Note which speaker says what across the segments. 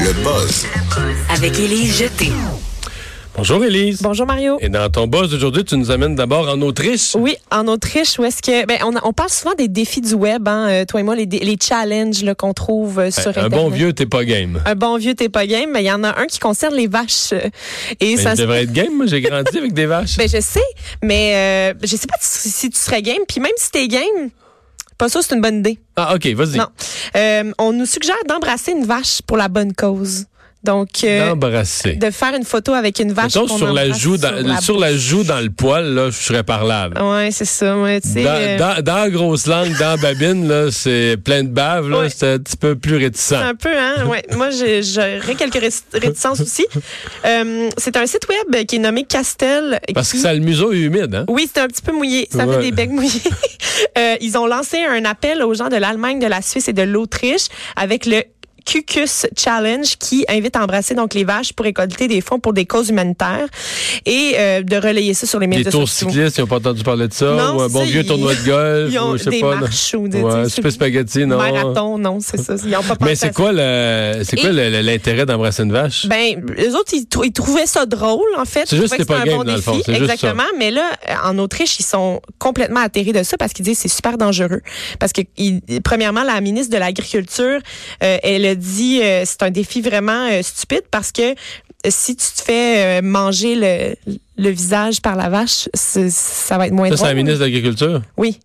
Speaker 1: Le buzz
Speaker 2: avec Élise Jeté.
Speaker 3: Bonjour Élise.
Speaker 4: Bonjour Mario.
Speaker 3: Et dans ton boss d'aujourd'hui, tu nous amènes d'abord en Autriche.
Speaker 4: Oui, en Autriche, où est-ce que ben on, on parle souvent des défis du web, hein, euh, toi et moi, les, dé- les challenges là, qu'on trouve euh, sur
Speaker 3: Ben, un
Speaker 4: Internet.
Speaker 3: bon vieux, t'es pas game.
Speaker 4: Un bon vieux t'es pas game, mais il y en a un qui concerne les vaches. euh, Et
Speaker 3: Mais
Speaker 4: ça,
Speaker 3: je
Speaker 4: se-
Speaker 3: devrais être game, moi j'ai grandi avec des vaches.
Speaker 4: ben je sais, mais euh, je sais pas si, si tu serais game. Puis même si t'es game, pas sûr que c'est une bonne idée.
Speaker 3: Ah ok, vas-y.
Speaker 4: Non. Euh, on nous suggère d'embrasser une vache pour la bonne cause. Donc euh,
Speaker 3: D'embrasser.
Speaker 4: de faire une photo avec une vache.
Speaker 3: Mettons,
Speaker 4: qu'on
Speaker 3: sur la
Speaker 4: embrasse
Speaker 3: joue, dans,
Speaker 4: la
Speaker 3: sur la joue dans le poil, là, je serais parlable.
Speaker 4: Ouais, c'est ça. Ouais, tu sais, euh,
Speaker 3: Dans, dans, dans la grosse langue, dans la babine, là, c'est plein de bave, là,
Speaker 4: Ouais.
Speaker 3: c'est un petit peu plus réticent.
Speaker 4: Un peu, hein? Ouais. Moi, j'ai- j'aurais quelques ré- réticences aussi. Euh, c'est un site web qui est nommé Castel.
Speaker 3: Parce que
Speaker 4: qui-
Speaker 3: ça, le museau est humide, hein?
Speaker 4: Oui, c'est un petit peu mouillé. Ça
Speaker 3: Ouais.
Speaker 4: fait des becs mouillés. Euh, ils ont lancé un appel aux gens de l'Allemagne, de la Suisse et de l'Autriche avec le Cucus Challenge qui invite à embrasser donc les vaches pour récolter des fonds pour des causes humanitaires et euh, de relayer ça sur les
Speaker 3: Les
Speaker 4: médias
Speaker 3: tours
Speaker 4: sociaux.
Speaker 3: cyclistes, ils n'ont pas entendu parler de ça.
Speaker 4: Non,
Speaker 3: ou un bon
Speaker 4: c'est-
Speaker 3: vieux tournoi de golf,
Speaker 4: Ils ont
Speaker 3: ou je sais
Speaker 4: des
Speaker 3: pas. non.
Speaker 4: marches ou des
Speaker 3: Ouais,
Speaker 4: tu sais,
Speaker 3: super spaghetti, non.
Speaker 4: marathon, non, c'est ça. Ils n'ont pas pensé
Speaker 3: Mais
Speaker 4: à
Speaker 3: c'est
Speaker 4: ça.
Speaker 3: quoi le- c'est quoi le- le- l'intérêt d'embrasser une vache?
Speaker 4: Ben, les autres, ils, trou- ils trouvaient ça drôle, en fait.
Speaker 3: C'est
Speaker 4: Ils
Speaker 3: juste
Speaker 4: trouvaient
Speaker 3: que c'est
Speaker 4: c'était
Speaker 3: pas
Speaker 4: un
Speaker 3: game, dans le fond.
Speaker 4: défi.
Speaker 3: C'est juste ça.
Speaker 4: Exactement. Mais là, euh, en Autriche, ils sont complètement atterrés de ça parce qu'ils disent que c'est super dangereux. Parce que, ils- premièrement, la ministre de l'Agriculture, euh, elle a dit euh, c'est un défi vraiment euh, stupide parce que si tu te fais euh, manger le, le visage par la vache, c'est- ça va être moins
Speaker 3: Ça, c'est
Speaker 4: drôle.
Speaker 3: la ministre de l'Agriculture?
Speaker 4: Oui.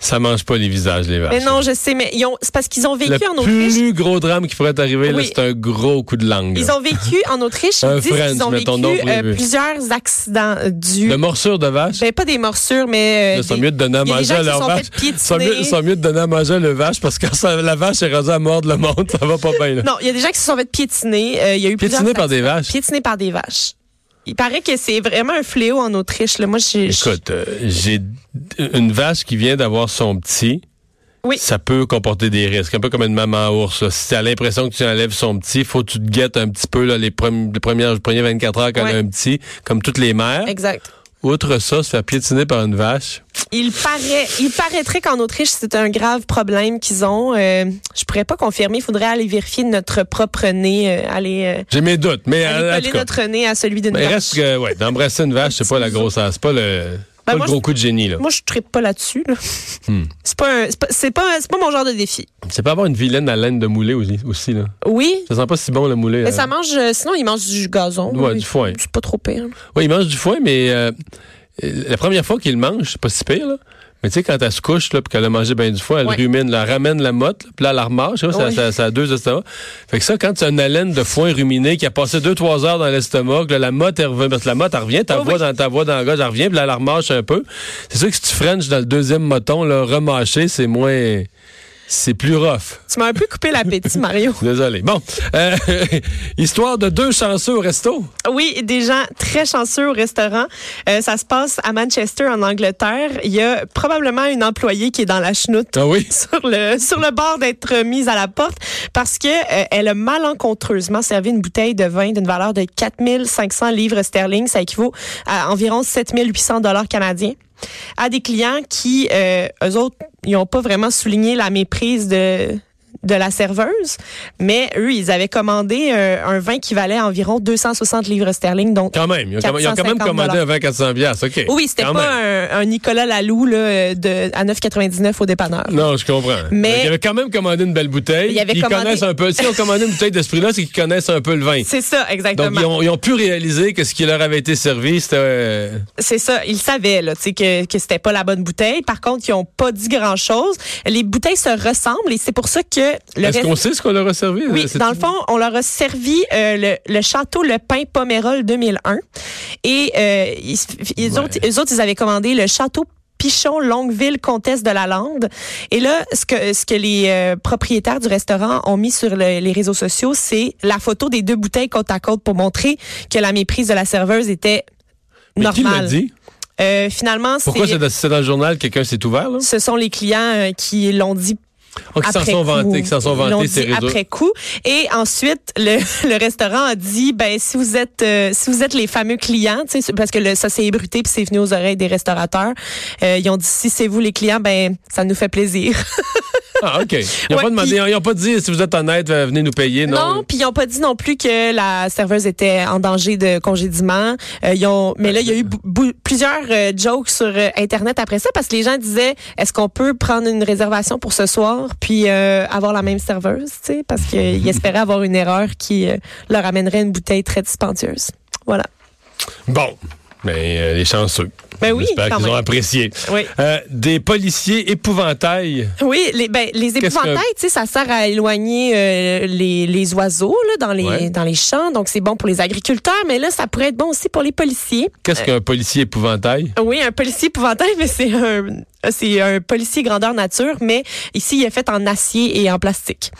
Speaker 3: Ça mange pas les visages, les vaches.
Speaker 4: Mais non, je sais, mais ils ont- c'est parce qu'ils ont vécu en
Speaker 3: le
Speaker 4: Autriche.
Speaker 3: plus gros drame qui pourrait arriver, là,
Speaker 4: Oui.
Speaker 3: c'est un gros coup de langue. là.
Speaker 4: Ils ont vécu en Autriche,
Speaker 3: Un
Speaker 4: ils disent
Speaker 3: French,
Speaker 4: qu'ils ont vécu
Speaker 3: mettons, non
Speaker 4: euh,
Speaker 3: prévu.
Speaker 4: plusieurs accidents euh, dus
Speaker 3: De morsure de vache,
Speaker 4: Ben, pas des morsures, mais.
Speaker 3: là,
Speaker 4: euh,
Speaker 3: c'est
Speaker 4: des-
Speaker 3: mieux de donner à
Speaker 4: il y a des
Speaker 3: manger
Speaker 4: gens
Speaker 3: à
Speaker 4: qui se
Speaker 3: leur
Speaker 4: sont
Speaker 3: vache.
Speaker 4: fait
Speaker 3: C'est
Speaker 4: piétiner.
Speaker 3: mieux, c'est mieux de donner à manger à leur vache parce que quand ça- la vache est rendue à mordre le monde, ça va pas bien. là.
Speaker 4: Non, il y a des gens qui se sont fait piétiner. Euh, il y a eu
Speaker 3: Piétiner
Speaker 4: plusieurs-
Speaker 3: par des vaches.
Speaker 4: Piétiner par des vaches. Il paraît que c'est vraiment un fléau en Autriche. Là. Moi, j'ai. j'ai-
Speaker 3: Écoute, euh, j'ai euh, une vache qui vient d'avoir son petit.
Speaker 4: Oui.
Speaker 3: Ça peut comporter des risques, un peu comme une maman ours. là. Si tu as l'impression que tu enlèves son petit, faut que tu te guettes un petit peu là, les, premi- les premières, les premières 24 heures quand
Speaker 4: Ouais.
Speaker 3: elle a un petit, comme toutes les mères.
Speaker 4: Exact.
Speaker 3: Outre ça, se faire piétiner par une vache.
Speaker 4: Il paraît, il paraîtrait qu'en Autriche, c'est un grave problème qu'ils ont. Euh, je pourrais pas confirmer. Il faudrait aller vérifier notre propre nez, euh, aller, euh,
Speaker 3: J'ai mes doutes, mais
Speaker 4: aller
Speaker 3: en- en
Speaker 4: coller
Speaker 3: tout cas.
Speaker 4: notre nez à celui d'une
Speaker 3: Mais
Speaker 4: vache. Ben
Speaker 3: reste que, ouais, d'embrasser une vache, c'est pas la grosse, c'est pas le, pas
Speaker 4: moi,
Speaker 3: le gros coup de génie, là.
Speaker 4: Moi, je tripe pas là-dessus. Là.
Speaker 3: Hmm.
Speaker 4: C'est pas, un- c'est pas, c'est pas, c'est pas mon genre de défi.
Speaker 3: C'est pas avoir une vilaine à laine de moulet aussi, aussi, là.
Speaker 4: Oui,
Speaker 3: Ça sent pas si bon, le moulet.
Speaker 4: mais
Speaker 3: là.
Speaker 4: ça mange. euh, sinon, il mange du gazon.
Speaker 3: Ouais,
Speaker 4: Oui,
Speaker 3: du foin.
Speaker 4: C'est pas trop pire.
Speaker 3: Oui, il mange du foin, mais euh, la première fois qu'il le mange, c'est pas si pire, là. Mais tu sais, quand elle se couche, là, puis qu'elle a mangé bien du foin, elle
Speaker 4: Ouais.
Speaker 3: rumine, là, elle ramène la motte, là, puis là, elle la remarche, là, ça,
Speaker 4: Ouais.
Speaker 3: ça- ça a deux estomacs. Fait que ça, quand tu as une haleine de foin ruminé qui a passé deux, trois heures dans l'estomac, que là, la motte, elle revient, parce que la motte, elle revient, ta
Speaker 4: Oh,
Speaker 3: voix dans ta voix dans la gorge, elle revient, puis là, elle la remarche un peu. C'est sûr que si tu frenches dans le deuxième moton, là, remâché, c'est moins... C'est plus rough.
Speaker 4: Tu m'as un peu coupé l'appétit, Mario.
Speaker 3: Désolé. Bon, euh, histoire de deux chanceux au resto.
Speaker 4: Oui, des gens très chanceux au restaurant. Euh, ça se passe à Manchester, en Angleterre. Il y a probablement une employée qui est dans la chenoute.
Speaker 3: Ah oui?
Speaker 4: Sur le, sur le bord d'être mise à la porte parce que euh, elle a malencontreusement servi une bouteille de vin d'une valeur de 4500 livres sterling, ça équivaut à environ 7800 dollars canadiens, à des clients qui, euh, eux autres, ils n'ont pas vraiment souligné la méprise de, de la serveuse, mais eux, ils avaient commandé euh, un vin qui valait environ 260 livres sterling. Donc,
Speaker 3: Quand même. Ils ont, comm- ils ont quand même
Speaker 4: 450
Speaker 3: commandé un 20 400 piastres, OK.
Speaker 4: oui, c'était
Speaker 3: Quand
Speaker 4: pas
Speaker 3: même.
Speaker 4: un, un Nicolas Laloux là, euh, de, à 9,99 au dépanneur.
Speaker 3: Non, je comprends.
Speaker 4: Mais-
Speaker 3: Donc, Ils avaient quand même commandé une belle bouteille.
Speaker 4: Ils avaient
Speaker 3: ils
Speaker 4: commandé-
Speaker 3: connaissent un peu. Si on commandé une bouteille de ce prix-là, c'est qu'ils connaissent un peu le vin.
Speaker 4: C'est ça, exactement.
Speaker 3: Donc, ils ont, ils ont pu réaliser que ce qui leur avait été servi, c'était. euh,
Speaker 4: C'est ça, ils savaient là, tu sais, que que c'était pas la bonne bouteille. Par contre, ils ont pas dit grand-chose. Les bouteilles se ressemblent et c'est pour ça que le
Speaker 3: Est-ce
Speaker 4: reste-
Speaker 3: qu'on sait ce qu'on leur a servi?
Speaker 4: oui,
Speaker 3: C'est-
Speaker 4: dans le fond, on leur a servi euh, le, le château Le Pin Pomerol 2001 et euh, ils, ils
Speaker 3: Ouais.
Speaker 4: autres, eux autres ils avaient commandé le château Pichon Longueville Comtesse de la Lande et là ce que ce que les euh, propriétaires du restaurant ont mis sur le- les réseaux sociaux, c'est la photo des deux bouteilles côte à côte pour montrer que la méprise de la serveuse était
Speaker 3: Mais qui l'a
Speaker 4: normale.
Speaker 3: dit?
Speaker 4: Euh, finalement,
Speaker 3: Pourquoi
Speaker 4: c'est-
Speaker 3: c'est dans, c'est dans le journal, quelqu'un s'est ouvert, là?
Speaker 4: ce sont les clients euh, qui l'ont dit
Speaker 3: Oh, qui
Speaker 4: après
Speaker 3: s'en sont
Speaker 4: coup.
Speaker 3: vantés, qui s'en sont
Speaker 4: Ils l'ont
Speaker 3: vantés, ces
Speaker 4: dit
Speaker 3: réseaux.
Speaker 4: après coup. Et ensuite, le, le restaurant a dit, ben si vous êtes, euh, si vous êtes les fameux clients, tu sais, c'est- parce que le- ça s'est ébruté puis c'est venu aux oreilles des restaurateurs. euh, ils ont dit, si c'est vous les clients, ben ça nous fait plaisir.
Speaker 3: Ah, OK. Ils n'ont
Speaker 4: Ouais,
Speaker 3: pas demandé,
Speaker 4: puis-
Speaker 3: ils n'ont pas dit si vous êtes honnête, euh, venez nous payer. Non.
Speaker 4: Non, puis ils n'ont pas dit non plus que la serveuse était en danger de congédiement. Euh, ils ont, mais là, il y a eu bou- bou- plusieurs euh, jokes sur euh, Internet après ça parce que les gens disaient est-ce qu'on peut prendre une réservation pour ce soir puis euh, avoir la même serveuse, tu sais, parce qu'ils espéraient avoir une erreur qui euh, leur amènerait une bouteille très dispendieuse. Voilà.
Speaker 3: Bon. Mais euh, les chanceux.
Speaker 4: Ben oui,
Speaker 3: J'espère
Speaker 4: quand
Speaker 3: qu'ils ont
Speaker 4: même.
Speaker 3: apprécié.
Speaker 4: Oui.
Speaker 3: Euh, des policiers épouvantails.
Speaker 4: Oui, les, ben, les
Speaker 3: Qu'est-ce
Speaker 4: épouvantails, tu sais, ça sert à éloigner euh, les, les oiseaux là, dans, les,
Speaker 3: Ouais.
Speaker 4: dans les champs. Donc, c'est bon pour les agriculteurs, mais là, ça pourrait être bon aussi pour les policiers.
Speaker 3: Qu'est-ce qu'un policier épouvantail?
Speaker 4: Oui, un policier épouvantail, mais c'est un, c'est un policier grandeur nature, mais ici, il est fait en acier et en plastique.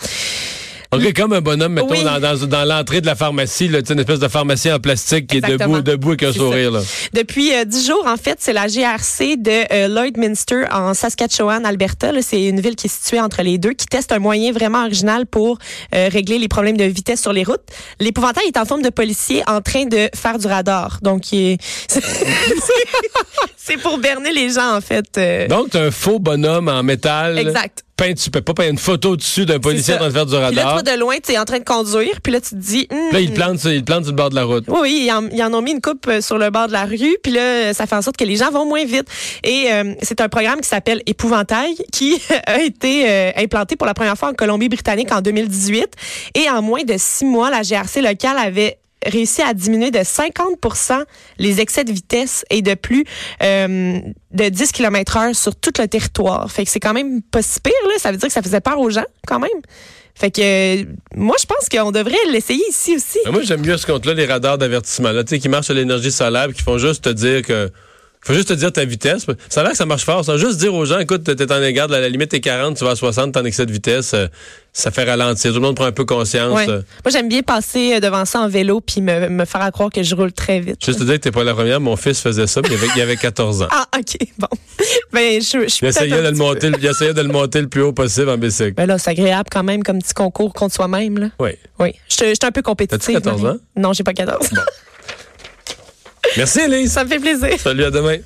Speaker 3: OK, comme un bonhomme, mettons,
Speaker 4: Oui.
Speaker 3: dans, dans- dans l'entrée de la pharmacie, là, tu sais, une espèce de pharmacie en plastique qui
Speaker 4: Exactement.
Speaker 3: est debout, debout avec un
Speaker 4: C'est
Speaker 3: sourire. Là.
Speaker 4: Depuis euh, dix jours, en fait, c'est la GRC de euh, Lloydminster en Saskatchewan, Alberta. Là, c'est une ville qui est située entre les deux, qui teste un moyen vraiment original pour euh, régler les problèmes de vitesse sur les routes. L'épouvantail est en forme de policier en train de faire du radar. Donc, il est- c'est- c'est pour berner les gens, en fait. euh,
Speaker 3: Donc, t'as un faux bonhomme en métal.
Speaker 4: Exact.
Speaker 3: Peint, tu peux pas peindre une photo dessus d'un policier en
Speaker 4: ça.
Speaker 3: train de faire du
Speaker 4: Puis là,
Speaker 3: radar.
Speaker 4: toi, de loin, tu es en train de conduire, puis là, tu te dis... Hmm,
Speaker 3: Là, il te plante, sur- il te plante sur le bord de la route.
Speaker 4: Oui, oui, ils en, ils en ont mis une coupe euh, sur le bord de la rue, puis là, euh, ça fait en sorte que les gens vont moins vite. Et euh, c'est un programme qui s'appelle Épouvantail, qui a été euh, implanté pour la première fois en Colombie-Britannique en 2018. Et en moins de six mois, la GRC locale avait réussi à diminuer de 50 les excès de vitesse et de plus euh, de 10 km heure sur tout le territoire. Fait que c'est quand même pas si pire, là. Ça veut dire que ça faisait peur aux gens, quand même. Fait que euh, moi, je pense qu'on devrait l'essayer ici aussi.
Speaker 3: Mais Ben, moi, j'aime mieux à ce compte-là, les radars d'avertissement, là, tu sais, qui marchent sur l'énergie solaire, puis qui font juste te dire que. Faut juste te dire ta vitesse. Ça a l'air que ça marche fort. Ça juste dire aux gens, écoute, t'es en égard, à la limite, t'es 40, tu vas à 60, t'es en excès de vitesse. euh, Ça fait ralentir. Tout le monde prend un peu conscience.
Speaker 4: Ouais.
Speaker 3: euh,
Speaker 4: Moi, j'aime bien passer euh, devant ça en vélo puis me, me faire à croire que je roule très vite.
Speaker 3: Juste te dire que t'es pas la première. Mon fils faisait ça, puis il avait, il avait 14 ans.
Speaker 4: Ah, OK, bon. ben, je, je suis
Speaker 3: Il
Speaker 4: peut-être
Speaker 3: essayait,
Speaker 4: un
Speaker 3: de le
Speaker 4: petit peu-
Speaker 3: monter, le- il essayait de le monter le plus haut possible en bicycle.
Speaker 4: Ben là, c'est agréable quand même comme petit concours contre soi-même. Là.
Speaker 3: Oui.
Speaker 4: Oui, je je suis un peu compétitive.
Speaker 3: T'as-tu 14
Speaker 4: Marie.
Speaker 3: ans?
Speaker 4: Non, j'ai pas 14.
Speaker 3: Merci, Elise.
Speaker 4: ça me fait plaisir.
Speaker 3: Salut, à demain.